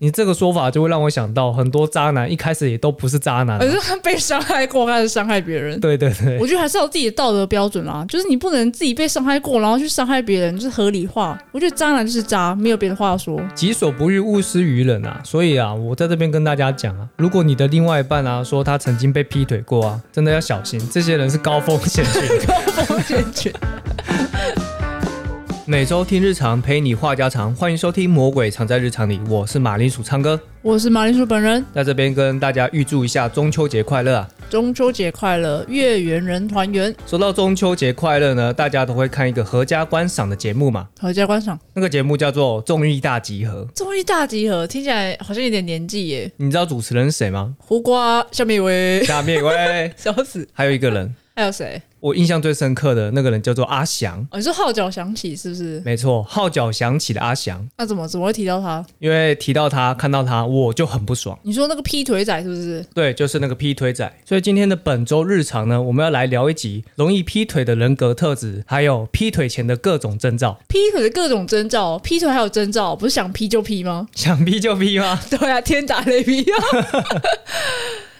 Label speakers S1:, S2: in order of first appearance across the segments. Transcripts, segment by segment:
S1: 你这个说法就会让我想到很多渣男一开始也都不是渣男啊、
S2: 可是他被伤害过，他是伤害别人。
S1: 对对对，
S2: 我觉得还是要有自己的道德标准啦，就是你不能自己被伤害过，然后去伤害别人，就是合理化。我觉得渣男就是渣，没有别的话说。
S1: 己所不欲，勿施于人啊！所以啊，我在这边跟大家讲啊，如果你的另外一半啊说他曾经被劈腿过啊，真的要小心，这些人是高风险群。
S2: 风险群，
S1: 每周听日常，陪你话家常，欢迎收听《魔鬼藏在日常里》，我是马铃薯唱歌，
S2: 我是马铃薯本人，
S1: 在这边跟大家预祝一下中秋节快乐啊！
S2: 中秋节快乐，月圆人团圆，
S1: 说到中秋节快乐呢，大家都会看一个合家观赏的节目嘛，
S2: 合家观赏。
S1: 那个节目叫做《综艺大集合》，
S2: 综艺大集合听起来好像有点年纪耶。
S1: 你知道主持人是谁吗？
S2: 胡瓜，下面一位，
S1: 下面一位
S2: 笑死。
S1: 还有一个人，
S2: 还有谁？
S1: 我印象最深刻的那个人叫做阿翔。
S2: 哦，你说号角响起是不是？
S1: 没错，号角响起的阿翔，
S2: 那怎么怎么会提到他？
S1: 因为提到他，看到他，我就很不爽。
S2: 你说那个劈腿仔是不是？
S1: 对，就是那个劈腿仔。所以今天的本周日常呢，我们要来聊一集容易劈腿的人格特质，还有劈腿前的各种征兆。
S2: 劈腿的各种征兆，劈腿还有征兆，不是想劈就劈吗？
S1: 想劈就劈吗？
S2: 对啊，天打雷劈 啊！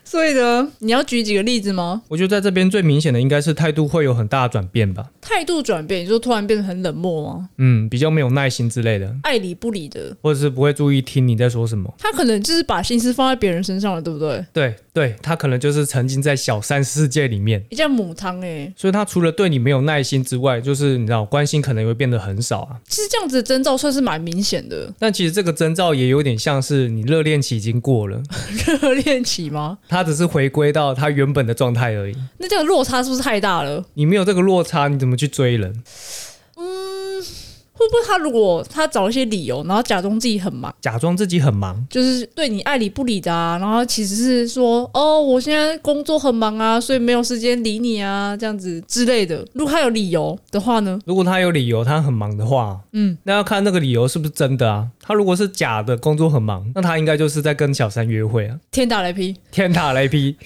S2: 所以呢，你要举几个例子吗？
S1: 我觉得在这边最明显的应该是态度会有很大的转变吧。
S2: 态度转变，你说突然变得很冷漠吗？
S1: 嗯，比较没有耐心之类的，
S2: 爱理不理的，
S1: 或者是不会注意听你在说什么。
S2: 他可能就是把心思放在别人身上了，对不对？
S1: 对对，他可能就是沉浸在小三世界里面。
S2: 一家母汤哎、
S1: 所以他除了对你没有耐心之外，就是你知道关心可能也会变得很少啊。
S2: 其实这样子的征兆算是蛮明显的，
S1: 但其实这个征兆也有点像是你热恋期已经过了，
S2: 热恋期吗？
S1: 他只是回归到他原本的状态而已。
S2: 那这样落差是不是太大了？
S1: 你没有这个落差，你怎么去追人？
S2: 会不会他如果他找一些理由，然后假装自己很忙？
S1: 假装自己很忙，
S2: 就是对你爱理不理的啊，然后其实是说哦，我现在工作很忙啊，所以没有时间理你啊，这样子之类的。如果他有理由的话呢？
S1: 如果他有理由，他很忙的话，
S2: 嗯，
S1: 那要看那个理由是不是真的啊。他如果是假的，工作很忙，那他应该就是在跟小三约会啊。
S2: 天打雷劈，
S1: 天打雷劈，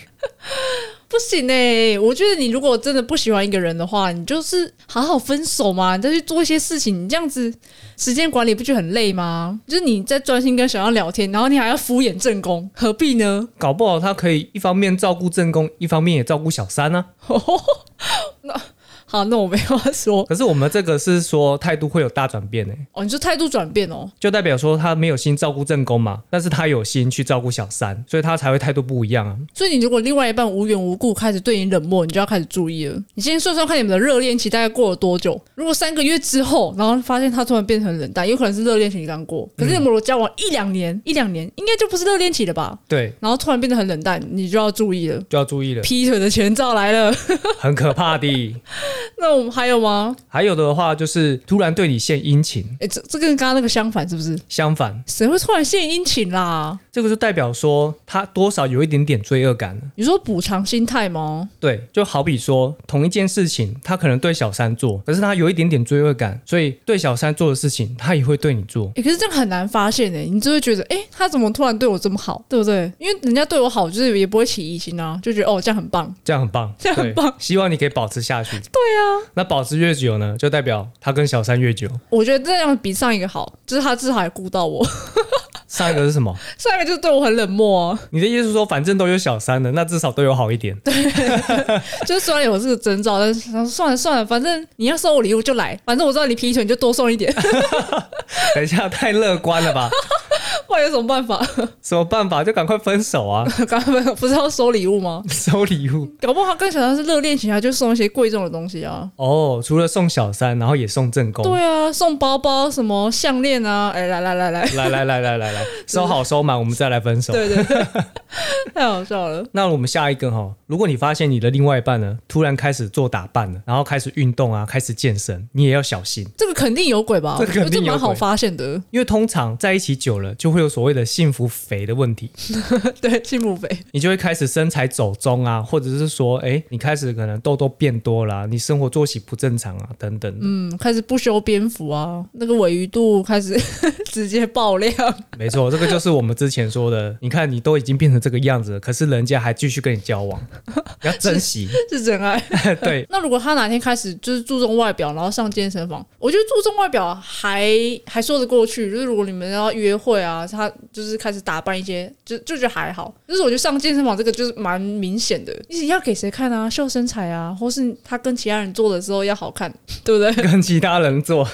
S2: 不行哎、我觉得你如果真的不喜欢一个人的话，你就是好好分手嘛，你再去做一些事情，你这样子时间管理不就很累吗？就是你在专心跟小样聊天，然后你还要敷衍正宫，何必呢？
S1: 搞不好他可以一方面照顾正宫，一方面也照顾小三啊。
S2: 好，那我没话说
S1: 可是我们这个是说态度会有大转变呢、
S2: 哦，你说态度转变哦，
S1: 就代表说他没有心照顾正宫嘛，但是他有心去照顾小三，所以他才会态度不一样啊。
S2: 所以你如果另外一半无缘无故开始对你冷漠，你就要开始注意了。你先算算看你们的热恋期大概过了多久？如果三个月之后，然后发现他突然变成冷淡，有可能是热恋期刚过。可是你们如果交往一两年，一两年应该就不是热恋期了吧？
S1: 对，
S2: 然后突然变得很冷淡，你就要注意了。
S1: 就要注意了，
S2: 劈腿的前兆来了，
S1: 很可怕的。
S2: 那我们还有吗？
S1: 还有的话就是突然对你献殷勤，
S2: 哎，这这跟刚刚那个相反是不是？
S1: 相反，
S2: 谁会突然献殷勤啦？
S1: 这个就代表说他多少有一点点罪恶感了。
S2: 你说补偿心态吗？
S1: 对，就好比说同一件事情，他可能对小三做，可是他有一点点罪恶感，所以对小三做的事情，他也会对你做。
S2: 哎、可是这样很难发现哎、你就会觉得哎、诶他怎么突然对我这么好，对不对？因为人家对我好，就是也不会起疑心啊，就觉得哦这样很棒。
S1: 这样很棒，
S2: 这样很
S1: 对
S2: 棒，
S1: 希望你可以保持下去。对啊，那保持越久呢，就代表他跟小三越久。
S2: 我觉得这样比上一个好，就是他至少还顾到我，
S1: 上一个是什么？
S2: 上一个就是对我很冷漠、啊，
S1: 你的意思是说，反正都有小三了，那至少都有好一点。
S2: 就是虽然有这个征兆，但是想说算了算了，反正你要送我礼物就来，反正我知道你劈腿，你就多送一点，
S1: 等一下，太乐观了吧？
S2: 不然有什么办法？
S1: 什么办法？就赶快分手啊！
S2: 刚刚没有不是要收礼物吗？
S1: 收礼物
S2: 搞不好他更想要是热恋期，他就送一些贵重的东西啊。
S1: 哦，除了送小三，然后也送正宫。
S2: 对啊，送包包、什么项链啊，哎、来来来来，
S1: 来来来来来来，收好收满，我们再来分手。
S2: 对对对， 太好笑了。
S1: 那我们下一个哈，如果你发现你的另外一半呢，突然开始做打扮了，然后开始运动啊，开始健身，你也要小心，
S2: 这个肯定有鬼吧？
S1: 这个肯定有鬼
S2: 我觉得蛮好发 现的。
S1: 因为通常在一起久了，就会有所谓的幸福肥的问题，
S2: 对，幸福肥，
S1: 你就会开始身材走中啊，或者是说，哎，你开始可能痘痘变多啦、你生活作息不正常啊，等等。
S2: 嗯，开始不修边幅啊，那个尾鱼肚开始 直接爆量，
S1: 没错，这个就是我们之前说的， 你看你都已经变成这个样子了，可是人家还继续跟你交 往，你要珍惜。
S2: 是真爱。
S1: 对，
S2: 那如果他哪天开始就是注重外表，然后上健身房，我觉得注重外表还还说得过去。就是如果你们要约会啊，他就是开始打扮一些，就就觉得还好。就是我觉得上健身房这个就是蛮明显的，你要给谁看啊？秀身材啊，或是他跟其他人做的时候要好看，对不 对？
S1: 跟其他人做，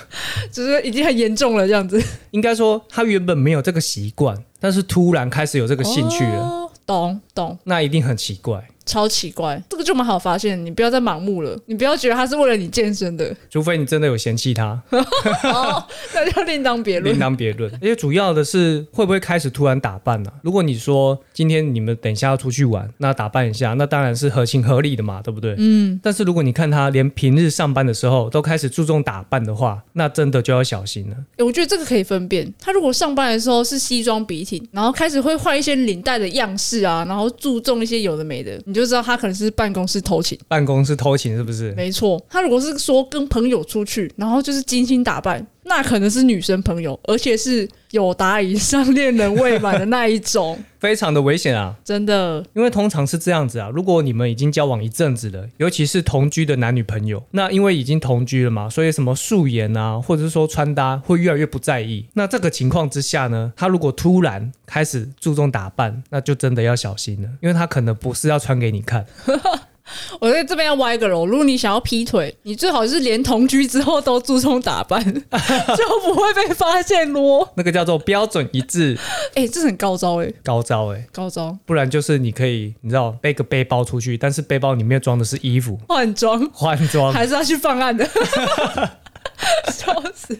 S2: 就是已经很严重了这样子。
S1: 应该说他原本没有这个习惯，但是突然开始有这个兴趣了，
S2: 哦，懂懂，
S1: 那一定很奇怪。
S2: 超奇怪，这个就蛮好发现，你不要再盲目了，你不要觉得他是为了你健身的，
S1: 除非你真的有嫌弃他，
S2: 哦，那就另当别论
S1: 另。当别论。而且主要的是会不会开始突然打扮呢、啊如果你说今天你们等一下要出去玩，那打扮一下，那当然是合情合理的嘛，对不对？嗯。但是如果你看他连平日上班的时候都开始注重打扮的话，那真的就要小心了。
S2: 欸我觉得这个可以分辨。他如果上班的时候是西装笔挺，然后开始会换一些领带的样式啊，然后注重一些有的没的，你就知道他可能是办公室偷情。
S1: 办公室偷情是不是？
S2: 没错，他如果是说跟朋友出去，然后就是精心打扮，那可能是女生朋友，而且是有达以上恋人未满的那一种，
S1: 非常的危险啊！
S2: 真的。
S1: 因为通常是这样子啊，如果你们已经交往一阵子了，尤其是同居的男女朋友，那因为已经同居了嘛，所以什么素颜啊，或者是说穿搭会越来越不在意。那这个情况之下呢，他如果突然开始注重打扮，那就真的要小心了，因为他可能不是要穿给你看，
S2: 我在这边要歪一个楼，如果你想要劈腿，你最好是连同居之后都注重打 扮，就不会被发现咯。
S1: 那个叫做标准一致
S2: 哎、这是很高招哎、
S1: 高招诶、
S2: 高招
S1: 不然就是你可以，你知道背个背包出去，但是背包里面装的是衣服、
S2: 换装。
S1: 换装。
S2: 还是要去犯案的， 笑死！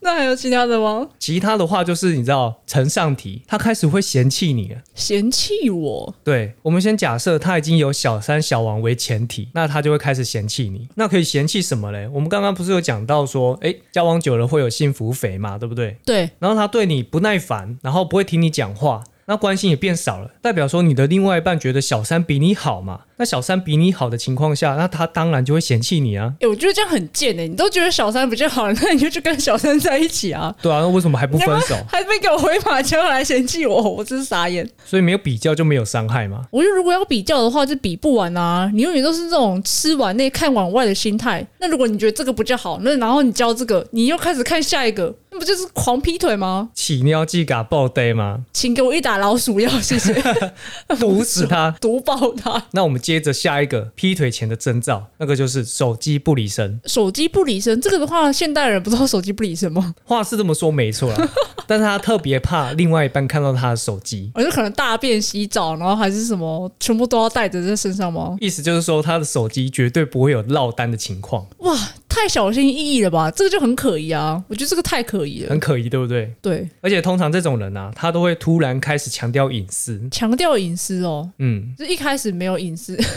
S2: 那还有其他的吗？
S1: 其他的话就是你知道，呈上题，他开始会嫌弃你了。
S2: 嫌弃我
S1: 对，我们先假设他已经有小三、小王为前提，那他就会开始嫌弃你。那可以嫌弃什么嘞？我们刚刚不是有讲到说，哎，交往久了会有幸福肥嘛，对不对？
S2: 对
S1: 然后他对你不耐烦，然后不会听你讲话，那关心也变少了，代表说你的另外一半觉得小三比你好嘛？那小三比你好的情况下，那他当然就会嫌弃你啊。
S2: 哎、我觉得这样很贱哎、你都觉得小三比较好，那你就去跟小三在一起啊，
S1: 对啊，那为什么还不分 手？
S2: 还没给我回马枪来嫌弃我，我真是傻眼。
S1: 所以没有比较就没有伤害嘛。
S2: 我觉得如果要比较的话，就比不完啊，你永远都是这种吃碗内看碗外的心态。那如果你觉得这个比较好，那然后你教这个，你又开始看下一个，那不就是狂劈腿吗？
S1: 起尿技嘎爆呆嘛，
S2: 请给我一打老鼠药，谢谢，
S1: 毒死他。
S2: 毒爆他！
S1: 那我们接着下一个劈腿前的征兆，那个就是手机不离身。
S2: 手机不离身，这个的话，现代人不知道手机不离身吗？
S1: 话是这么说没错啦， 但是他特别怕另外一半看到他的手机，
S2: 我就可能大便、洗澡，然后还是什么，全部都要带着在身上吗？
S1: 意思就是说他的手机绝对不会有落单的情况，
S2: 哇，太小心翼翼了吧？这个就很可疑啊！我觉得这个太可疑了。
S1: 很可疑，对不对？
S2: 对，
S1: 而且通常这种人啊，他都会突然开始强调隐私，
S2: 强调隐私哦，
S1: 嗯，
S2: 就一开始没有隐私，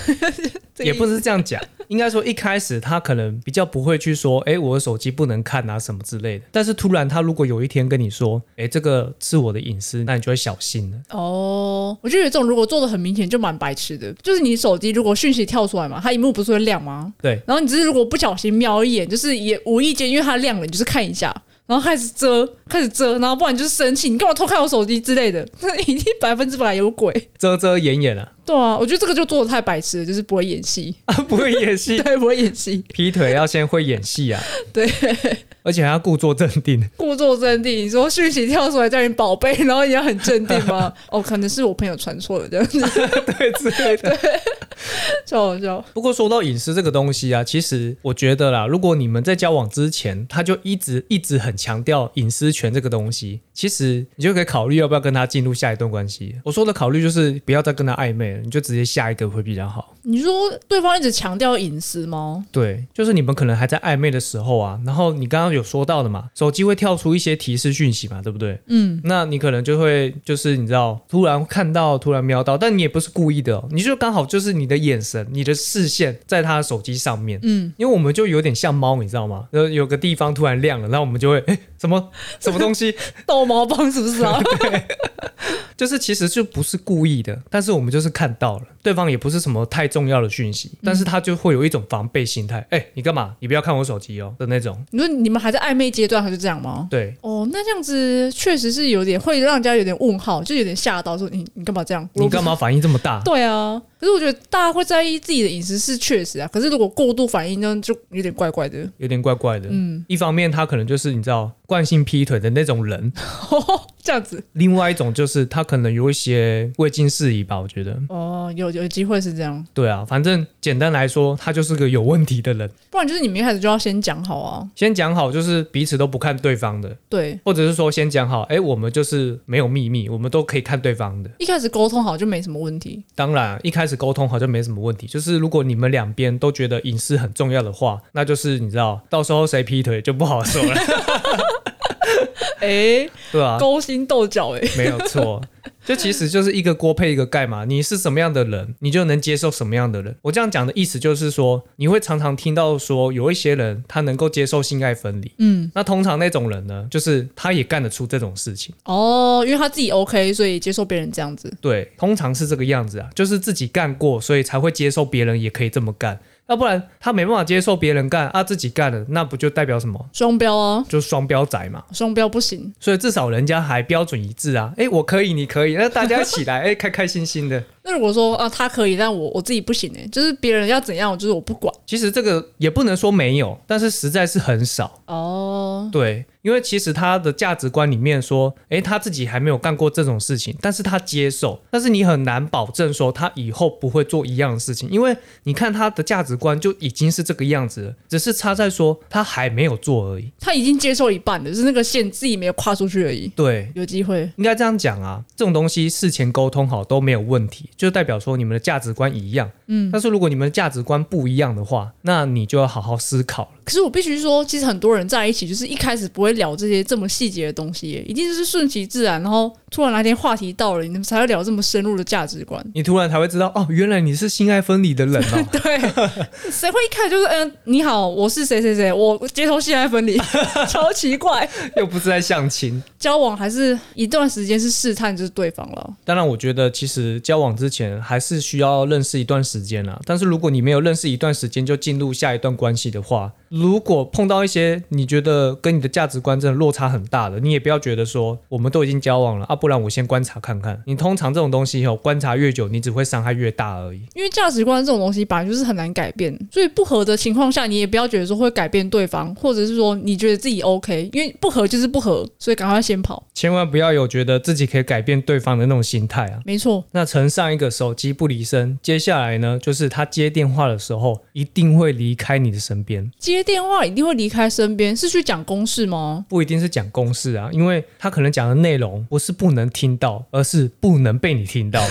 S2: 这个
S1: 也不
S2: 意思
S1: 是这样讲，应该说一开始他可能比较不会去说，哎、我的手机不能看啊什么之类的，但是突然他如果有一天跟你说，哎、这个是我的隐私，那你就会小心了。
S2: 哦。我就觉得这种如果做的很明显，就蛮白痴的。就是你手机如果讯息跳出来嘛，它荧幕不是会亮吗？
S1: 对，
S2: 然后你只是如果不小心瞄一眼，就是也无意间，因为它亮了，你就是看一下，然后开始遮，开始遮，然后不然就是生气，你干嘛偷看我手机之类的， 那一定百分之百有鬼。
S1: 遮遮掩掩啊，
S2: 对啊，我觉得这个就做的太白痴了，就是不会演戏，
S1: 啊不会演戏，
S2: 对，不会演戏，
S1: 劈腿要先会演戏 啊，
S2: 对，
S1: 而且还要故作镇定。
S2: 故作镇定。你说讯息跳出来叫你宝贝，然后你要很镇定吗？哦，可能是我朋友传错了，这样子，
S1: 对之类的。
S2: 笑好笑。
S1: 不过说到隐私这个东西啊，其实我觉得啦，如果你们在交往之前，他就一直一直很强调隐私权这个东西，其实你就可以考虑要不要跟他进入下一段关系。我说的考虑就是不要再跟他暧昧了，你就直接下一个会比较好。
S2: 你说对方一直强调隐私吗？
S1: 对，就是你们可能还在暧昧的时候啊，然后你刚刚有说到的嘛，手机会跳出一些提示讯息嘛，对不对？嗯，那你可能就会就是你知道，突然看到，突然瞄到，但你也不是故意的、哦，你就刚好就是你的眼神、你的视线在他的手机上面，嗯，因为我们就有点像猫，你知道吗？呃，有个地方突然亮了，然后我们就会哎，什么 什么东西，
S2: 逗猫棒是不 是啊？
S1: 就是其实就不是故意的，但是我们就是看到了，对方也不是什么太重要的讯息，但是他就会有一种防备心态，哎、你干嘛？你不要看我手机哦的那种。
S2: 你说你们还在暧昧阶段，还是这样吗？
S1: 对，
S2: 哦，那这样子确实是有点会让人家有点问号，就有点吓到，说你你干嘛这样？
S1: 你干嘛反应这么大？
S2: 对啊，可是我觉得大家会在意自己的饮食是确实啊，可是如果过度反应呢，就有点怪怪的。
S1: 有点怪怪的。嗯，一方面他可能就是你知道惯性劈腿的那种人，
S2: 这样子。
S1: 另外一种就是他可能有一些未尽事宜吧，我觉得。
S2: 哦，有有机会是这样，
S1: 对啊，反正简单来说，他就是个有问题的人。
S2: 不然就是你们一开始就要先讲好啊。
S1: 先讲好，就是彼此都不看对方的，
S2: 对，
S1: 或者是说先讲好，哎、我们就是没有秘密，我们都可以看对方的。
S2: 一开始沟通好就没什么 问题。
S1: 当然，一开始沟通好像没什么问题，就是如果你们两边都觉得隐私很重要的话，那就是你知道，到时候谁劈腿就不好说了，
S2: 哎、
S1: 对吧、啊？
S2: 勾心斗角、哎，
S1: 没有错，就其实就是一个锅配一个盖嘛。你是什么样的人，你就能接受什么样的人。我这样讲的意思就是说，你会常常听到说有一些人他能够接受性爱分离，
S2: 嗯，
S1: 那通常那种人呢，就是他也干得出这种事情。
S2: 哦，因为他自己 OK，所以接受别人这样子。
S1: 对，通常是这个样子啊，就是自己干过，所以才会接受别人也可以这么干。要不然他没办法接受别人干啊，自己干了，那不就代表什么？
S2: 双标啊，
S1: 就双标仔嘛。
S2: 双标不行。
S1: 所以至少人家还标准一致啊。诶，我可以，你可以，那大家一起来，诶，开开心心的。
S2: 那如果说啊，他可以，但我我自己不行哎、就是别人要怎样，我就是我不管。
S1: 其实这个也不能说没有，但是实在是很少。
S2: 哦，
S1: 对，因为其实他的价值观里面说，诶，他自己还没有干过这种事情，但是他接受，但是你很难保证说他以后不会做一样的事情，因为你看他的价值观就已经是这个样子了，只是差在说他还没有做而已。
S2: 他已经接受一半了，就是那个线自己没有跨出去而已。
S1: 对，
S2: 有机会，
S1: 应该这样讲啊，这种东西事前沟通好都没有问题，就代表说你们的价值观一样。嗯，但是如果你们的价值观不一样的话，那你就要好好思考了。
S2: 可是我必须说，其实很多人在一起，就是一开始不会聊这些这么细节的东西耶，一定就是顺其自然，然后突然哪天话题到了，你们才会聊这么深入的价值观。。
S1: 你突然才会知道，哦，原来你是性爱分离的人哦
S2: 对，谁会一看就是嗯、你好，我是谁谁谁，我接受性爱分离， 超奇怪。
S1: 又不是在相亲。
S2: 交往还是一段时间是试探，就是对方了。
S1: 当然，我觉得其实交往之前还是需要认识一段时间啦、但是如果你没有认识一段时间就进入下一段关系的话，如果碰到一些你觉得跟你的价值观真的落差很大的，你也不要觉得说我们都已经交往了啊，不然我先观察看看。你通常这种东西哦，观察越久，你只会伤害越大而已。
S2: 因为价值观这种东西本来就是很难改变，所以不合的情况下，你也不要觉得说会改变对方，或者是说你觉得自己 OK，因为不合就是不合，所以赶快先跑。
S1: 千万不要有觉得自己可以改变对方的那种心态啊。
S2: 没错，
S1: 那乘上一个手机不离身，接下来呢，就是他接电话的时候一定会离开你的身边。
S2: 接电话一定会离开身边，是去讲公 事吗？
S1: 不一定是讲公式啊，因为他可能讲的内容不是不能听到，而是不能被你听 到，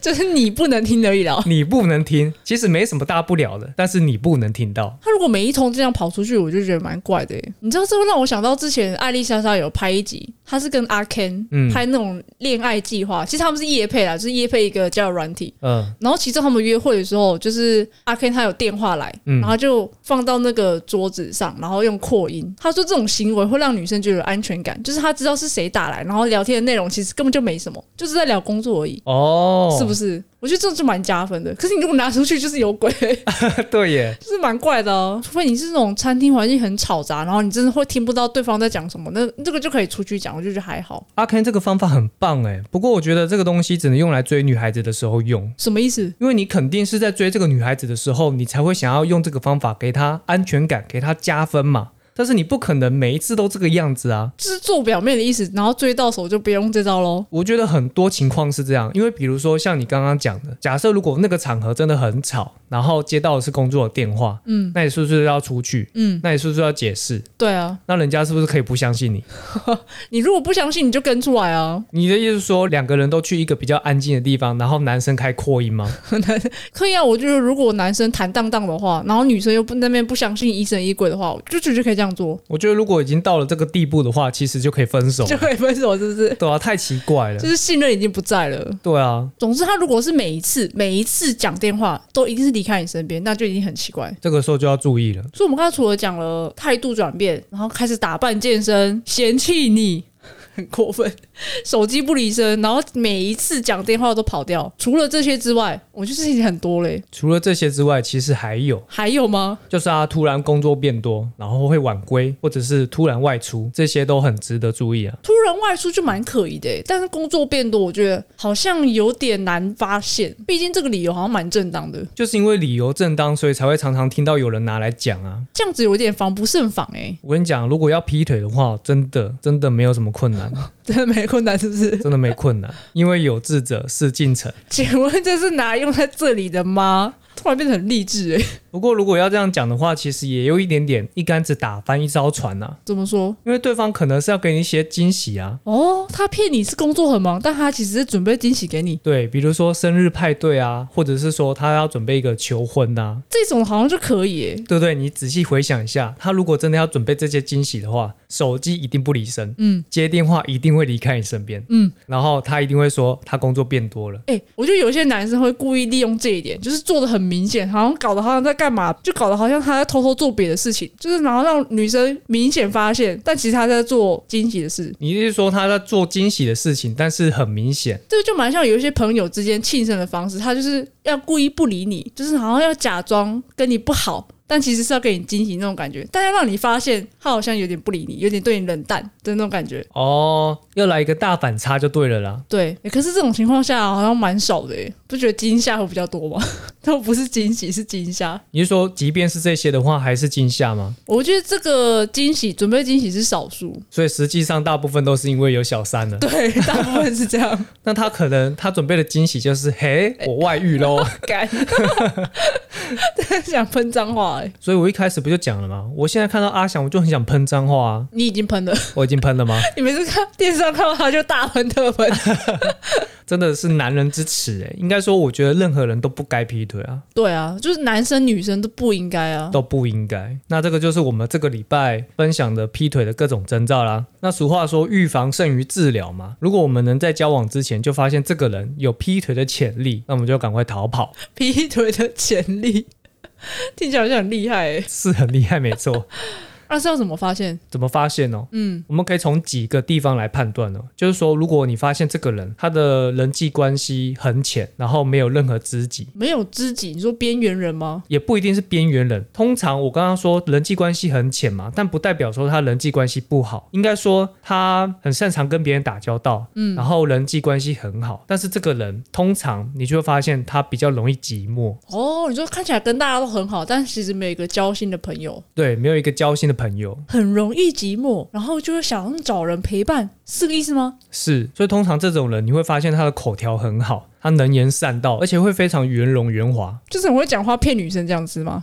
S2: 就是你不能听而已啦。
S1: 你不能听，其实没什么大不了的，但是你不能听到。
S2: 他如果每一通这样跑出去，我就觉得蛮怪的耶。你知道，这会让我想到之前艾丽莎莎有拍一集，她是跟阿 Ken
S1: 嗯
S2: 拍那种恋爱计划，其实他们是夜配啦，就是夜配一个交友软体。
S1: 嗯，
S2: 然后其中他们约会的时候，就是阿 Ken 他有电话来，
S1: 嗯
S2: 然后就放到那个桌子上，然后用扩音。他说这种行为会让女生觉得有安全感，就是他知道是谁打来，然后聊天的内容其实根本就没什么，就是在聊工作而已，
S1: 哦，
S2: 是不
S1: 是？
S2: 是？我觉得这种就蛮加分的。可是你如果拿出去，就是有鬼，
S1: 对耶，
S2: 就是蛮怪 的、啊。除非你是那种餐厅环境很吵杂，然后你真的会听不到对方在讲什么，那这个就可以出去讲，我就觉得还好。
S1: 阿 Ken 这个方法很棒哎，不过我觉得这个东西只能用来追女孩子的时候用。
S2: 什么意思？
S1: 因为你肯定是在追这个女孩子的时候，你才会想要用这个方法给她安全感，给她加分嘛。但是你不可能每一次都这个样子啊。
S2: 就是做表面的意思，然后追到手就不要用这招喽。
S1: 我觉得很多情况是这样，因为比如说像你刚刚讲的，假设如果那个场合真的很吵，然后接到的是工作的电话，
S2: 嗯
S1: 那你是不是要出去？
S2: 嗯，
S1: 那你是不是要解释？
S2: 对啊，
S1: 那人家是不是可以不相信你？
S2: 你如果不相信，你就跟出来啊！
S1: 你的意思是说，两个人都去一个比较安静的地方，然后男生开扩音吗？
S2: 可以啊，我觉得如果男生坦荡荡的话，然后女生又不那边不相信疑神疑鬼的话，我就觉得可以这样做，
S1: 我觉得如果已经到了这个地步的话，其实就可以分手了。
S2: 就可以分手，是不是？
S1: 对啊，太奇怪了
S2: 就。是信任已经不在了。
S1: 对啊，
S2: 总之，他如果是每一次每一次讲电话都一定是离开你身边，那就已经很奇怪。
S1: 这个时候就要注意了。
S2: 所以，我们刚才除了讲了态度转变，然后开始打扮、健身、嫌弃你， 很过分，手机不离身，然后每一次讲电话都跑掉。除了这些之外，我觉得事情很多嘞。
S1: 除了这些之外，其实还有，
S2: 还有吗？
S1: 就是啊，突然工作变多，然后会晚归，或者是突然外出，这些都很值得注意啊。
S2: 突然外出就蛮可疑的欸，但是工作变多，我觉得好像有点难发现。毕竟这个理由好像蛮正当的，
S1: 就是因为理由正当，所以才会常常听到有人拿来讲啊。
S2: 这样子有点防不胜防哎。
S1: 我跟你讲，如果要劈腿的话，真的真的没有什么困难。难，
S2: 真的没困难是不是？
S1: 真的没困难，因为有志者事竟成。
S2: 请问这是拿来用在这里的吗？突然变得很励志哎、
S1: 不过如果要这样讲的话，其实也有一点点一竿子打翻一艘船呐、
S2: 怎么说？
S1: 因为对方可能是要给你一些惊喜啊。
S2: 哦，他骗你是工作很忙，但他其实是准备惊喜给你，
S1: 对，比如说生日派对啊，或者是说他要准备一个求婚啊呐、
S2: 这种好像就可以、欸。
S1: 对不对？你仔细回想一下，他如果真的要准备这些惊喜的话，手机一定不离身，
S2: 嗯，
S1: 接电话一定会离开你身边，
S2: 嗯，
S1: 然后他一定会说他工作变多了，
S2: 哎、我觉得有些男生会故意利用这一点，就是做的很明显，好像搞得好像在干嘛，就搞得好像他在偷偷做别的事情，就是然后让女生明显发现，但其实他在做惊喜的事。
S1: 你是说他在做惊喜的事情，但是很明显，
S2: 这个就蛮像有一些朋友之间庆生的方式，他就是要故意不理你，就是好像要假装跟你不好，但其实是要给你惊喜那种感觉，但要让你发现他好像有点不理你，有点对你冷淡的那种感觉。
S1: 哦，要来一个大反差就对了啦。
S2: 对，欸可是这种情况下好像蛮少的欸，不觉得惊吓会比较多吗？ 都不是 惊喜，是惊吓。
S1: 你是说，即便是这些的话，还是惊吓吗？
S2: 我觉得这个惊喜准备惊喜是少数，
S1: 所以实际上大部分都是因为有小三了。
S2: 对，大部分是这样。
S1: 那他可能他准备的惊喜就是，嘿，我外遇喽。
S2: 干，想喷脏话哎，
S1: 所以我一开始不就讲了吗？我现在看到阿翔，我就很想喷脏话啊！
S2: 你已经喷了，
S1: 我已经喷了吗？
S2: 你每次看电视上看到他就大喷特喷。
S1: 真的是男人之耻哎、应该说，我觉得任何人都不该劈腿啊，
S2: 对啊，就是男生女生都不应该啊。
S1: 都不应该。那这个就是我们这个礼拜分享的劈腿的各种征兆啦。那俗话说，预防胜于治疗嘛。如果我们能在交往之前就发现这个人有劈腿的潜力，那我们就赶快逃跑，
S2: 劈腿的潜力，听起来好像很厉害哎。
S1: 是很厉害没错。
S2: 那啊是要怎么发现？
S1: 怎么发现哦？
S2: 嗯，
S1: 我们可以从几个地方来判断哦，就是说，如果你发现这个人他的人际关系很浅，然后没有任何知己，
S2: 没有知己，你说边缘人吗？
S1: 也不一定是边缘人。通常我刚刚说人际关系很浅嘛，但不代表说他人际关系不好，应该说他很擅长跟别人打交道，嗯，然后人际关系很好。但是这个人通常你就会发现他比较容易寂寞，
S2: 哦，你说看起来跟大家都很好，但其实每个交心的朋友
S1: 对，没有一个交心的朋友。
S2: 很容易寂寞，然后就会想找人陪伴，是个意思吗？
S1: 是，所以通常这种人你会发现他的口条很好，他能言善道，而且会非常圆融圆滑。
S2: 就是很会讲话骗女生这样子吗？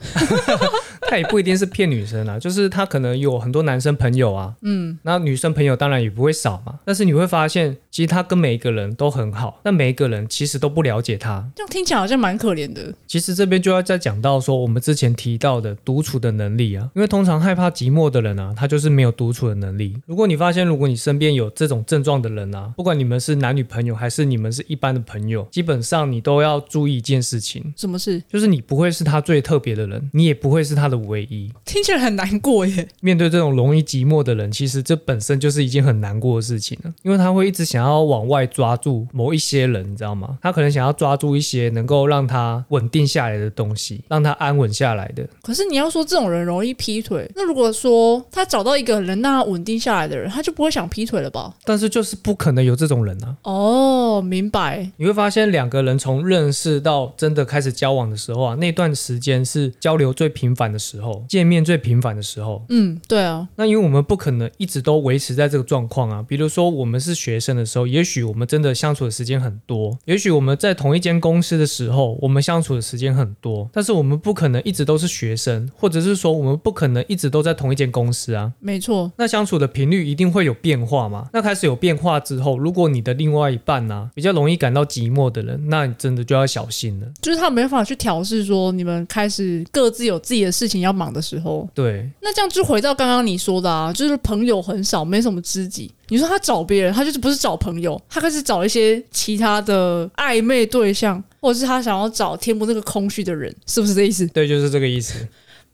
S1: 他也不一定是骗女生啦，啊就是他可能有很多男生朋友啊，嗯，那女生朋友当然也不会少嘛。但是你会发现，其实他跟每一个人都很好，但每一个人其实都不了解他。
S2: 这样听起来好像蛮可怜的。
S1: 其实这边就要再讲到说，我们之前提到的独处的能力啊，因为通常害怕寂寞的人啊，他就是没有独处的能力。如果你发现，如果你身边有这种症状的人啊，不管你们是男女朋友还是你们是一般的朋友，基本上你都要注意一件事情，
S2: 什么事？
S1: 就是你不会是他最特别的人，你也不会是他的唯一。
S2: 听起来很难过耶。
S1: 面对这种容易寂寞的人，其实这本身就是一件很难过的事情了，因为他会一直想要往外抓住某一些人，你知道吗？他可能想要抓住一些能够让他稳定下来的东西，让他安稳下来的。
S2: 可是你要说这种人容易劈腿，那如果说他找到一个能让他稳定下来的人，他就不会想劈腿了吧？
S1: 但是就是不可能有这种人啊！
S2: 哦，明白。
S1: 你会发现，两个人从认识到真的开始交往的时候啊，那段时间是交流最频繁的时候，见面最频繁的时候。
S2: 嗯，对啊，
S1: 那因为我们不可能一直都维持在这个状况啊。比如说，我们是学生的时候，也许我们真的相处的时间很多；也许我们在同一间公司的时候，我们相处的时间很多。但是我们不可能一直都是学生，或者是说我们不可能一直都在同一间公司啊。
S2: 没错。
S1: 那相处的频率一定会有变化嘛？那开始有变化之后，如果你的另外一半呢、比较容易感到寂寞的人，那你真的就要小心了。
S2: 就是他没办法去调试，说你们开始各自有自己的事情要忙的时候，
S1: 对，
S2: 那这样就回到刚刚你说的啊，就是朋友很少，没什么知己。你说他找别人，他就是不是找朋友，他开始找一些其他的暧昧对象，或者是他想要找填补那个空虚的人，是不是这意思？
S1: 对，就是这个意思。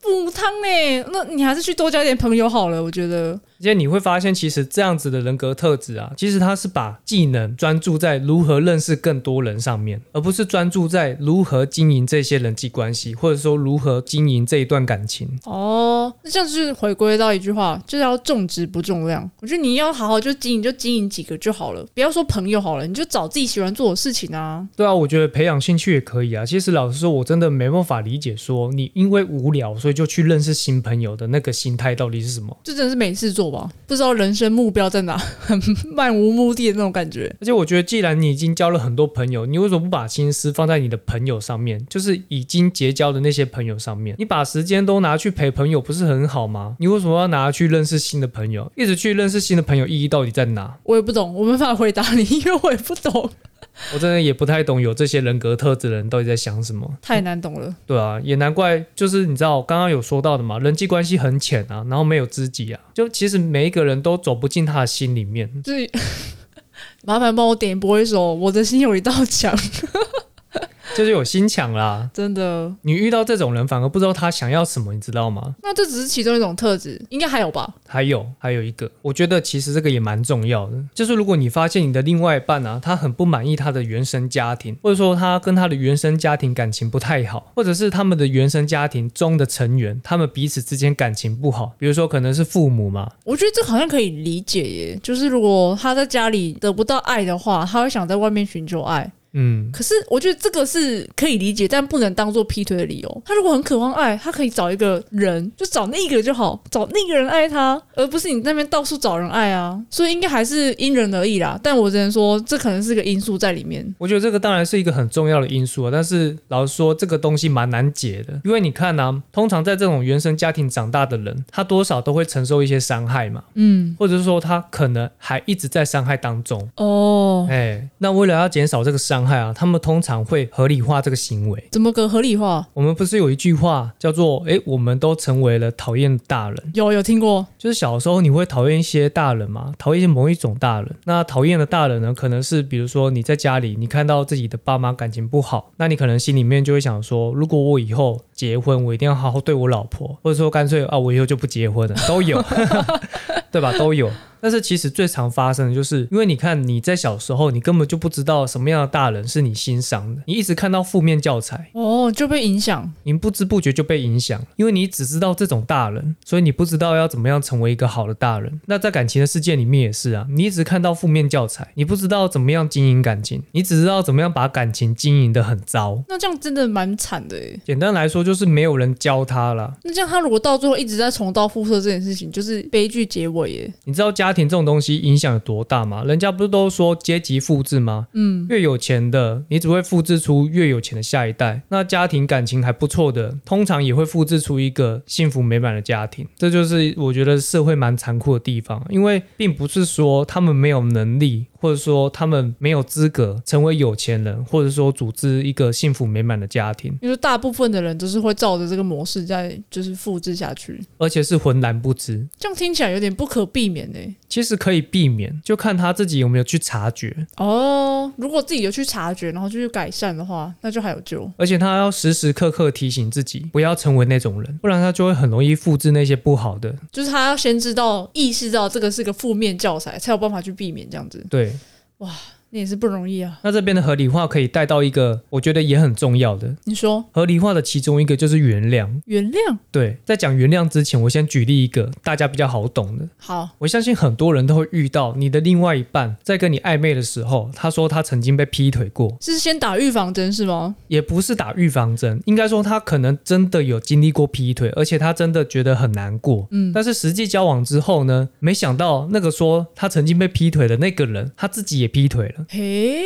S2: 补汤呢？那你还是去多交点朋友好了，我觉得。
S1: 而且你会发现，其实这样子的人格特质啊，其实他是把技能专注在如何认识更多人上面，而不是专注在如何经营这些人际关系，或者说如何经营这一段感情。
S2: 哦，那这样就是回归到一句话，就是要重质不重量。我觉得哦你要好好就经营，就经营几个就好了，不要说朋友好了，你就找自己喜欢做的事情啊。
S1: 对啊，我觉得培养兴趣也可以啊。其实老实说，我真的没办法理解，说你因为无聊所以就去认识新朋友的那个心态到底是什么。
S2: 这真的是没事做，作吧，不知道人生目标在哪，很漫无目的的那种感觉。
S1: 而且我觉得，既然你已经交了很多朋友，你为什么不把心思放在你的朋友上面，就是已经结交的那些朋友上面？你把时间都拿去陪朋友，不是很好吗？你为什么要拿去认识新的朋友？一直去认识新的朋友，意义到底在哪？
S2: 我也不懂，我没办法回答你， 因为我也不懂，
S1: 我真的也不太懂有这些人格特质的人到底在想什么。
S2: 太难懂了。
S1: 对啊，也难怪，就是你知道我刚刚有说到的嘛，人际关系很浅啊，然后没有知己啊，就其实每一个人都走不进他的心里面。
S2: 就是 麻烦帮我点播一首《我的心有一道墙》，
S1: 就是有心墙啦。
S2: 真的。
S1: 你遇到这种人，反而不知道他想要什么，你知道吗？
S2: 那这只是其中一种特质，应该还有吧？
S1: 还有还有一个，我觉得其实这个也蛮重要的，就是如果你发现你的另外一半啊，他很不满意他的原生家庭，或者说他跟他的原生家庭感情不太好，或者是他们的原生家庭中的成员，他们彼此之间感情不好，比如说可能是父母嘛，
S2: 我觉得这好像可以理解耶，就是如果他在家里得不到爱的话，他会想在外面寻求爱。
S1: 嗯，
S2: 可是我觉得这个是可以理解，但不能当做劈腿的理由。他如果很渴望爱，他可以找一个人，就找那个就好，找那个人爱他，而不是你那边到处找人爱啊。所以应该还是因人而异啦。但我只能说，这可能是个因素在里面。
S1: 我觉得这个当然是一个很重要的因素啊，但是老实说，这个东西蛮难解的，因为你看啊，通常在这种原生家庭长大的人，他多少都会承受一些伤害嘛，
S2: 嗯，
S1: 或者是说他可能还一直在伤害当中。
S2: 哦，
S1: 哎，那为了要减少这个伤害啊，他们通常会合理化这个行为。
S2: 怎么个合理化？
S1: 我们不是有一句话叫做“哎，我们都成为了讨厌的大人
S2: 有有听过？”，
S1: 就是小时候你会讨厌一些大人嘛，讨厌某一种大人。那讨厌的大人呢，可能是比如说你在家里，你看到自己的爸妈感情不好，那你可能心里面就会想说，如果我以后结婚，我一定要好好对我老婆，或者说干脆啊，我以后就不结婚了，都有。对吧？都有。但是其实最常发生的就是，因为你看你在小时候，你根本就不知道什么样的大人是你欣赏的，你一直看到负面教材，
S2: 哦，就被影响。
S1: 你不知不觉就被影响，因为你只知道这种大人，所以你不知道要怎么样成为一个好的大人。那在感情的世界里面也是啊，你一直看到负面教材，你不知道怎么样经营感情，你只知道怎么样把感情经营得很糟。
S2: 那这样真的蛮惨的诶。
S1: 简单来说，就是没有人教他啦。
S2: 那这样他如果到最后一直在重蹈覆辙这件事情，就是悲剧结尾耶。
S1: 你知道家庭这种东西影响有多大吗？人家不是都说阶级复制吗？嗯，越有钱的，你只会复制出越有钱的下一代。那家庭感情还不错的，通常也会复制出一个幸福美满的家庭。这就是我觉得社会蛮残酷的地方，因为并不是说他们没有能力，或者说他们没有资格成为有钱人，或者说组织一个幸福美满的家庭，
S2: 因为大部分的人都是会照着这个模式在就是复制下去，
S1: 而且是浑然不知。
S2: 这样听起来有点不可避免呢。欸
S1: 其实可以避免，就看他自己有没有去察觉。
S2: 哦，如果自己有去察觉，然后就去改善的话，那就还有救。
S1: 而且他要时时刻刻提醒自己不要成为那种人，不然他就会很容易复制那些不好的。
S2: 就是他要先知道、意识到这个是个负面教材，才有办法去避免这样子。
S1: 对，
S2: 那也是不容易啊。
S1: 那这边的合理化可以带到一个我觉得也很重要的
S2: 你说
S1: 合理化的其中一个就是原谅。
S2: 原谅
S1: 对，在讲原谅之前，我先举例一个大家比较好懂的。
S2: 好，
S1: 我相信很多人都会遇到，你的另外一半在跟你暧昧的时候，他说他曾经被劈腿过，
S2: 是先打预防针是吗？
S1: 也不是打预防针，应该说他可能真的有经历过劈腿，而且他真的觉得很难过。
S2: 嗯
S1: 但是实际交往之后呢，没想到那个说他曾经被劈腿的那个人，他自己也劈腿了。
S2: 嘿，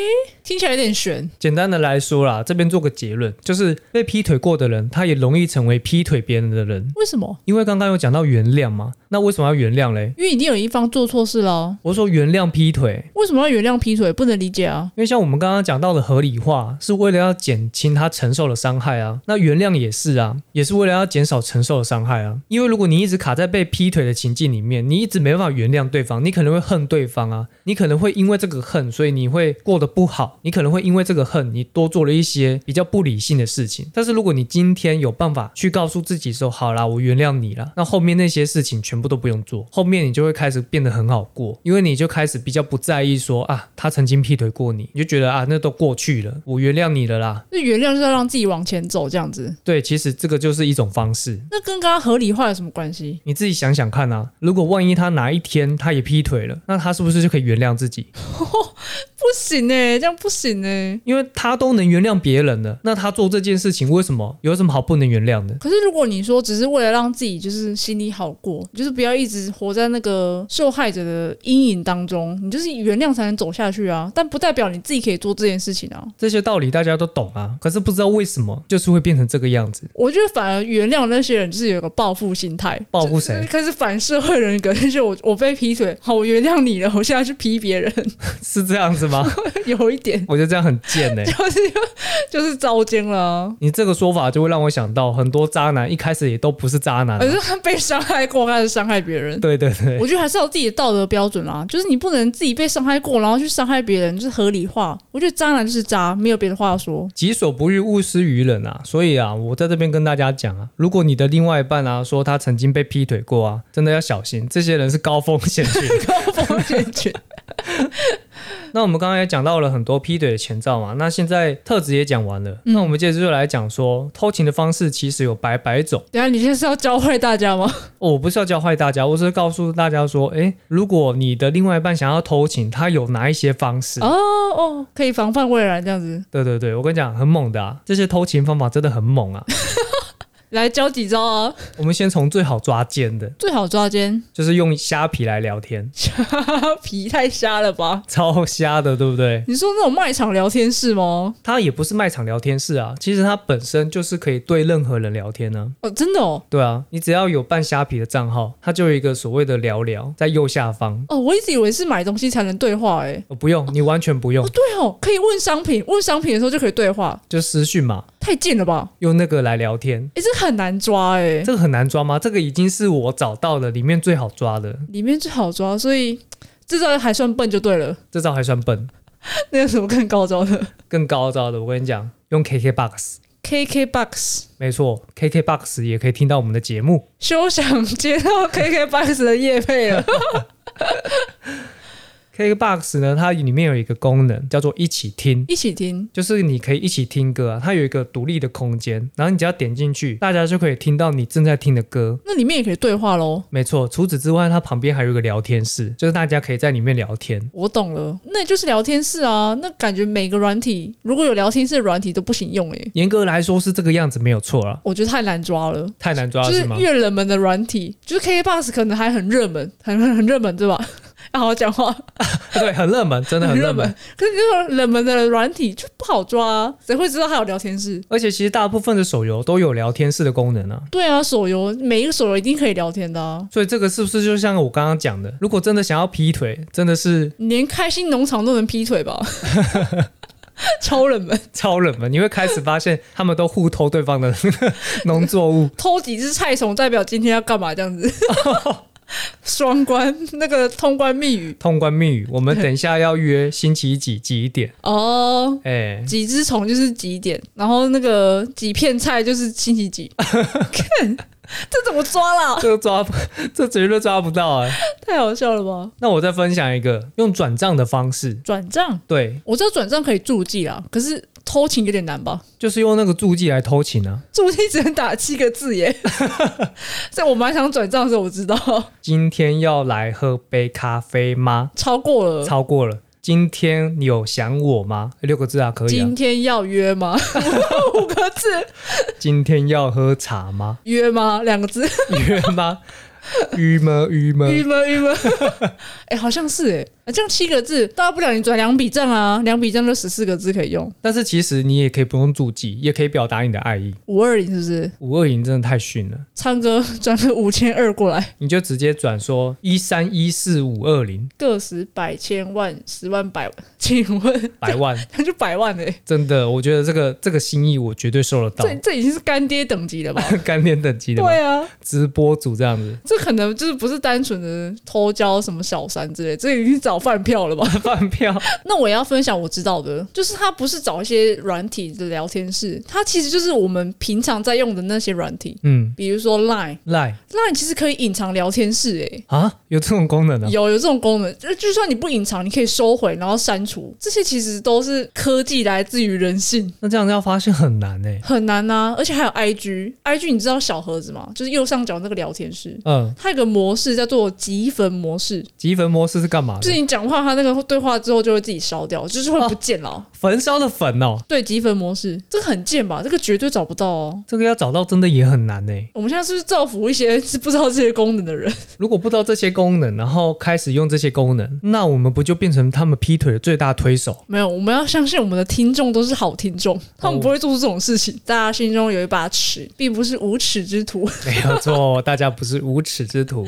S2: 听起来有点悬。
S1: 简单的来说啦，这边做个结论，就是被劈腿过的人，他也容易成为劈腿别人的人。
S2: 为什么？
S1: 因为刚刚有讲到原谅嘛，那为什么要原谅嘞？
S2: 因为一定有一方做错事了啊、
S1: 我说原谅劈腿，
S2: 为什么要原谅劈腿？不能理解啊。
S1: 因为像我们刚刚讲到的合理化，是为了要减轻他承受的伤害啊。那原谅也是啊，也是为了要减少承受的伤害啊。因为如果你一直卡在被劈腿的情境里面，你一直没办法原谅对方，你可能会恨对方啊，你可能会因为这个恨，所以你会过得不好，你可能会因为这个恨，你多做了一些比较不理性的事情。但是如果你今天有办法去告诉自己说，好啦，我原谅你了，那后面那些事情全部都不用做，后面你就会开始变得很好过，因为你就开始比较不在意说啊，他曾经劈腿过你，你就觉得啊，那都过去了，我原谅你了啦。
S2: 就原谅就是要让自己往前走这样子。
S1: 对，其实这个就是一种方式。
S2: 那跟刚刚合理化有什么关系？
S1: 你自己想想看啊，如果万一他哪一天他也劈腿了，那他是不是就可以原谅自己？
S2: 不行哎、这样不行哎、
S1: 因为他都能原谅别人了，那他做这件事情为什么有什么好不能原谅的？
S2: 可是如果你说只是为了让自己就是心里好过，就是不要一直活在那个受害者的阴影当中，你就是原谅才能走下去啊。但不代表你自己可以做这件事情啊。
S1: 这些道理大家都懂啊，可是不知道为什么就是会变成这个样子，
S2: 我觉得反而原谅那些人就是有一个报复心态，
S1: 报复
S2: 就是
S1: 谁？
S2: 开始反社会人格。就是我哎我被劈腿，好，我原谅你了，我现在去劈别人，
S1: 是这样子吗？
S2: 有一点
S1: 我觉得这样很贱呢、
S2: 就是就是糟践了啊、
S1: 你这个说法就会让我想到很多渣男一开始也都不是渣男啊、
S2: 呃可是他被伤害过，开始伤害别人。
S1: 对对对，
S2: 我觉得还是要有自己的道德标准啦，就是你不能自己被伤害过，然后去伤害别人，就是合理化。我觉得渣男就是渣，没有别的话说。
S1: 己所不欲，勿施于人啊！所以啊，我在这边跟大家讲啊，如果你的另外一半啊说他曾经被劈腿过啊，真的要小心，这些人是高风险 群。
S2: 风险群，
S1: 那我们刚才也讲到了很多劈腿的前兆嘛，那现在特质也讲完了，
S2: 嗯
S1: 那我们接着就来讲说偷情的方式其实有百百种。
S2: 等一下你现在是要教坏大家吗？
S1: 哦我不是要教坏大家，我是告诉大家说，诶，如果你的另外一半想要偷情，他有哪一些方式？
S2: 哦哦，可以防范未来这样子，
S1: 对对对，我跟你讲，很猛的啊，这些偷情方法真的很猛啊。
S2: 来教几招啊，
S1: 我们先从最好抓奸的，
S2: 最好抓奸，
S1: 就是用虾皮来聊天。
S2: 皮太瞎了吧？
S1: 超瞎的，对不对？
S2: 你说那种卖场聊天室吗？
S1: 它也不是卖场聊天室啊，其实它本身就是可以对任何人聊天呢、
S2: 哦，真的哦，
S1: 对啊，你只要有办虾皮的账号，它就有一个所谓的聊聊在右下方。
S2: 哦，我一直以为是买东西才能对话、欸，
S1: 哦，不用，你完全不用
S2: 哦，，对哦，可以问商品，问商品的时候就可以对话，
S1: 就私讯嘛，
S2: 太贱了吧？
S1: 用那个来聊天。
S2: 哎、这很难抓、欸，
S1: 这个很难抓吗？这个已经是我找到的里面最好抓的，
S2: 里面最好抓，所以这招还算笨就对了。
S1: 这招还算笨。
S2: 那有什么更高招的
S1: 更高招的，我跟你讲，用 KKBox，
S2: ？KKBox
S1: 没错，KKBox 也可以听到我们的节目。
S2: 休想接到 KKBox 的业配 了。
S1: KKBox 呢，它里面有一个功能叫做一起听，
S2: 一起听，
S1: 就是你可以一起听歌啊，它有一个独立的空间，然后你只要点进去，大家就可以听到你正在听的歌。
S2: 那里面也可以对话喽。
S1: 没错，除此之外，它旁边还有一个聊天室，就是大家可以在里面聊天。
S2: 我懂了，那就是聊天室啊。那感觉每个软体如果有聊天室的软体都不行用诶、欸
S1: 严格来说是这个样子，没有错啦，
S2: 我觉得太难抓了。
S1: 太难抓了
S2: 就是是
S1: 吗？
S2: 越冷门的软体，就是 KKBox 可能还很热门，很很很热门，对吧？ 要好好讲话，
S1: 对，很热门，真的很
S2: 很
S1: 热
S2: 热
S1: 门
S2: 门。。可是你这种冷门的软体就不好抓、啊，谁会知道它有聊天室？
S1: 而且其实大部分的手游都有聊天室的功能啊，
S2: 对啊，手游每一个手游一定可以聊天的、啊，
S1: 所以这个是不是就像我刚刚讲的，如果真的想要劈腿，真的是
S2: 你连开心农场都能劈腿 吧？超冷门，
S1: 超冷门，你会开始发现他们都互偷对方的 农作物。
S2: 偷几只菜虫代表今天要干嘛？这样 子，双关那个通关密语
S1: 通关密语，我们等一下要约星期几几点？
S2: 哦。
S1: 哎、
S2: 几只虫就是几点，然后那个几片菜就是星期 几，看这怎么抓啦？
S1: 这个抓不， 这绝对抓不到哎、
S2: 太好笑了吧！
S1: 那我再分享一个用转账的方式，
S2: 转账，
S1: 对，
S2: 我知道转账可以助记啦，可是偷情有点难吧？
S1: 就是用那个助记来偷情啊。
S2: 助记只能打七个字耶，在我蛮想转账的时候，我知道
S1: 今天要来喝杯咖啡吗？
S2: 超过了。
S1: 超过了。今天你有想我吗？六个字啊，可以啊
S2: 今。天要约吗？五个字，
S1: 今天要喝茶吗？
S2: 约吗？两个字，
S1: 约吗？郁闷郁
S2: 郁
S1: 闷，
S2: 闷郁闷。哎、好像是哎、啊这样七个字，大不了你转两笔账啊，两笔账就十四个字可以用。
S1: 但是其实你也可以不用助记，也可以表达你的爱意。
S2: 五二零是不是？
S1: 五二零真的太逊了，
S2: 唱歌转了五千二过来，
S1: 你就直接转说一三一四五二零
S2: 个十百千万十万百万，请问
S1: 百万，
S2: 他就百万哎、
S1: 真的，我觉得这个这个心意我绝对收得到。
S2: 这这已经是干爹等级了吧？
S1: 干练等级的嘛，
S2: 对啊，
S1: 直播组这样 子
S2: 这可能就是不是单纯的偷交什么小三之类，这已经找饭票了吧？
S1: 饭票，
S2: 那我也要分享我知道的，就是它不是找一些软体的聊天室，它其实就是我们平常在用的那些软体，
S1: 嗯，
S2: 比如说 Line，Line
S1: 赖
S2: 其实可以隐藏聊天室、欸，
S1: 啊，有这种功能啊？
S2: 有有这种功能，就就算你不隐藏，你可以收回然后删除，这些其实都是科技来自于人性。
S1: 那这样要发现很难欸呢、
S2: 很难呐、而且还有 IG，IG 你知道小盒子吗？就是右上角那个聊天室，
S1: 嗯，
S2: 它有个模式叫做集粉模式，
S1: 积分模式是干嘛
S2: 就是
S1: 的？哦
S2: 你讲话，它那个对话之后就会自己烧掉，就是会不见了。
S1: 焚烧的粉哦，
S2: 对积分模式，这个很贱吧？这个绝对找不到哦。
S1: 这个要找到真的也很难欸呢。
S2: 我们现在是不是造福一些是不知道这些功能的人？
S1: 如果不知道这些功能，然后开始用这些功能，那我们不就变成他们劈腿的最大推手？
S2: 没有，我们要相信我们的听众都是好听
S1: 哦
S2: 众，他们不会做出这种事情。大家心中有一把尺，并不是无耻之徒，
S1: 没有错，大家不是无耻之徒，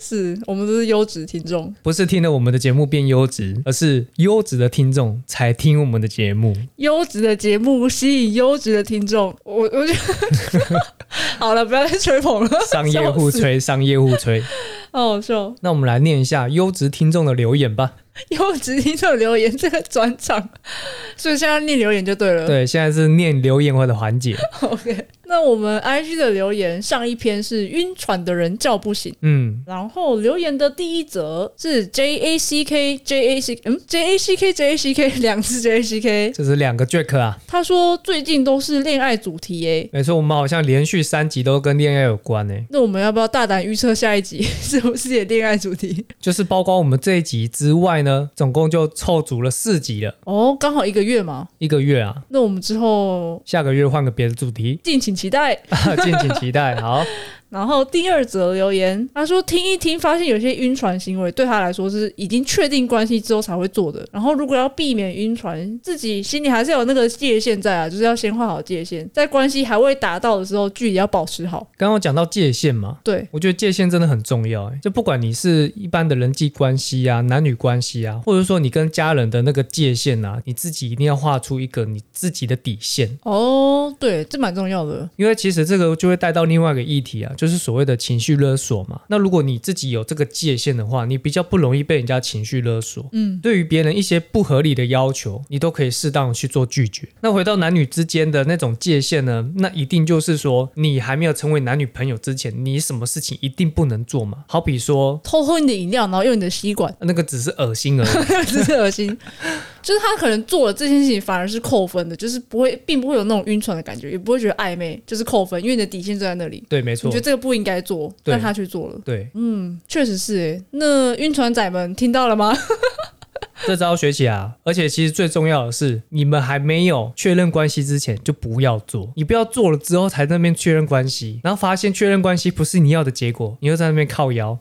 S2: 是我们都是优质听众，
S1: 不是听了我们的节目变优质，而是优质的听众才听我们的节 目。
S2: 优质的节目吸引优质的听众。我我觉得 好了，不要再吹捧了，
S1: 商业互吹，商业互吹。
S2: 好好笑。
S1: 那我们来念一下优质听众的留言吧。
S2: 优质听众留言这个转场， 所以现在念留言就对了。
S1: 对，现在是念留言会的环节。
S2: OK，那我们 IG 的留言上一篇是晕船的人叫不醒，
S1: 嗯，
S2: 然后留言的第一则是 J A C K J A C 嗯 J A C K J A C K 两次 J A C K，
S1: 这是两个 Jack 啊。
S2: 他说最近都是恋爱主题耶。
S1: 没错，我们好像连续三集都跟恋爱有关欸呢、
S2: 那我们要不要大胆预测下一集 是不是也恋爱主题？
S1: 就是包括我们这一集之外呢，总共就凑足了四集了，
S2: 哦，刚好一个月嘛。
S1: 一个月啊。
S2: 那我们之后
S1: 下个月换个别的主 题，
S2: 敬请期待。
S1: 敬请期待。好，
S2: 然后第二则留言，他说听一听，发现有些晕船行为对他来说是已经确定关系之后才会做的。然后如果要避免晕船，自己心里还是有那个界限在啊，就是要先画好界限，在关系还未达到的时候，距离要保持好。
S1: 刚刚讲到界限嘛，
S2: 对，
S1: 我觉得界限真的很重要、欸。就不管你是一般的人际关系啊、男女关系啊，或者说你跟家人的那个界限啊，你自己一定要画出一个你自己的底线。
S2: 哦，对，这蛮重要的。
S1: 因为其实这个就会带到另外一个议题啊，就是所谓的情绪勒索嘛。那如果你自己有这个界限的话，你比较不容易被人家情绪勒索。
S2: 嗯，
S1: 对于别人一些不合理的要求，你都可以适当地去做拒绝。那回到男女之间的那种界限呢？那一定就是说，你还没有成为男女朋友之前，你什么事情一定不能做嘛？好比说，
S2: 偷喝你的饮料，然后用你的吸管，
S1: 那个只是恶心而 已。
S2: 真是恶心。就是他可能做了这件事情，反而是扣分的，就是不会，并不会有那种晕船的感觉，也不会觉得暧昧，就是扣分，因为你的底线就在那里。
S1: 对，没
S2: 你
S1: 错
S2: 觉得。这个不应该做，
S1: 对
S2: 但他去做了。
S1: 对，
S2: 嗯，确实是诶。那晕船仔们听到了 吗？
S1: 这招学起来啊！而且其实最重要的是，你们还没有确认关系之前就不要做，你不要做了之后才在那边确认关系，然后发现确认关系不是你要的结果，你又在那边靠腰，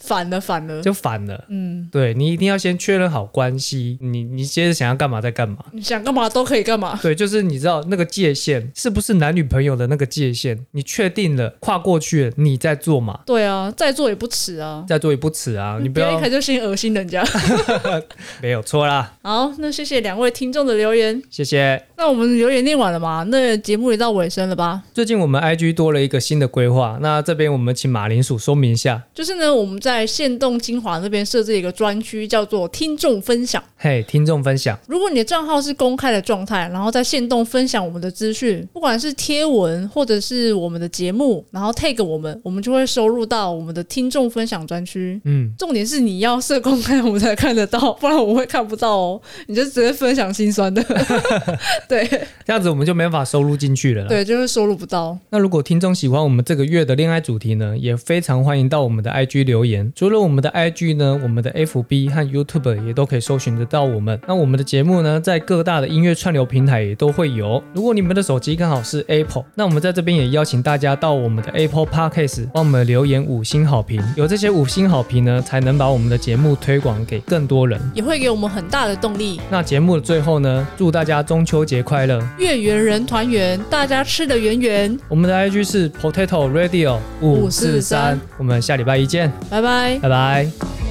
S2: 反了，反了。
S1: 就反了。
S2: 嗯，
S1: 对你一定要先确认好关系，你你接着想要干嘛再干嘛。
S2: 你想干嘛都可以干嘛。
S1: 对，就是你知道那个界限是不是男女朋友的那个界限，你确定了跨过去了，你再做嘛，
S2: 对啊，再做也不迟啊。
S1: 再做也不迟啊，你不要
S2: 一开始就先恶心人家。
S1: 没有错啦，
S2: 好，那谢谢两位听众的留言。
S1: 谢谢。
S2: 那我们留言念完了吗？那节目也到尾声了吧？
S1: 最近我们 IG 多了一个新的规划，那这边我们请马铃薯说明一下。
S2: 就是呢，我们在限动精华那边设置一个专区，叫做听众分享。
S1: 嘿，听众分享，
S2: 如果你的账号是公开的状态，然后在线动分享我们的资讯，不管是贴文或者是我们的节目，然后 tag 我们，我们就会收入到我们的听众分享专区。
S1: 嗯，
S2: 重点是你要设公开，我们才看得到，不然我们会看不到哦。你就直接分享心酸的，对
S1: 这样子我们就没法收录进去了啦。
S2: 对，就是收入不到。
S1: 那如果听众喜欢我们这个月的恋爱主题呢，也非常欢迎到我们的 IG 留言。除了我们的 IG 呢，我们的 FB 和 YouTube 也都可以搜寻得到我们。那我们的节目呢，在各大的音乐串流平台也都会有。如果你们的手机刚好是 Apple，那我们在这边也邀请大家到我们的 Apple Podcast 帮我们留言五星好评。有这些五星好评呢，才能把我们的节目推广给更多人。
S2: 也会给我们很大的动力。
S1: 那节目的最后呢，祝大家中秋节快乐！
S2: 月圆人团圆，大家吃的圆圆，
S1: 我们的 IG 是 Potato Radio 五四
S2: 543
S1: 三，我们下礼拜一见。
S2: 拜拜。
S1: 拜拜。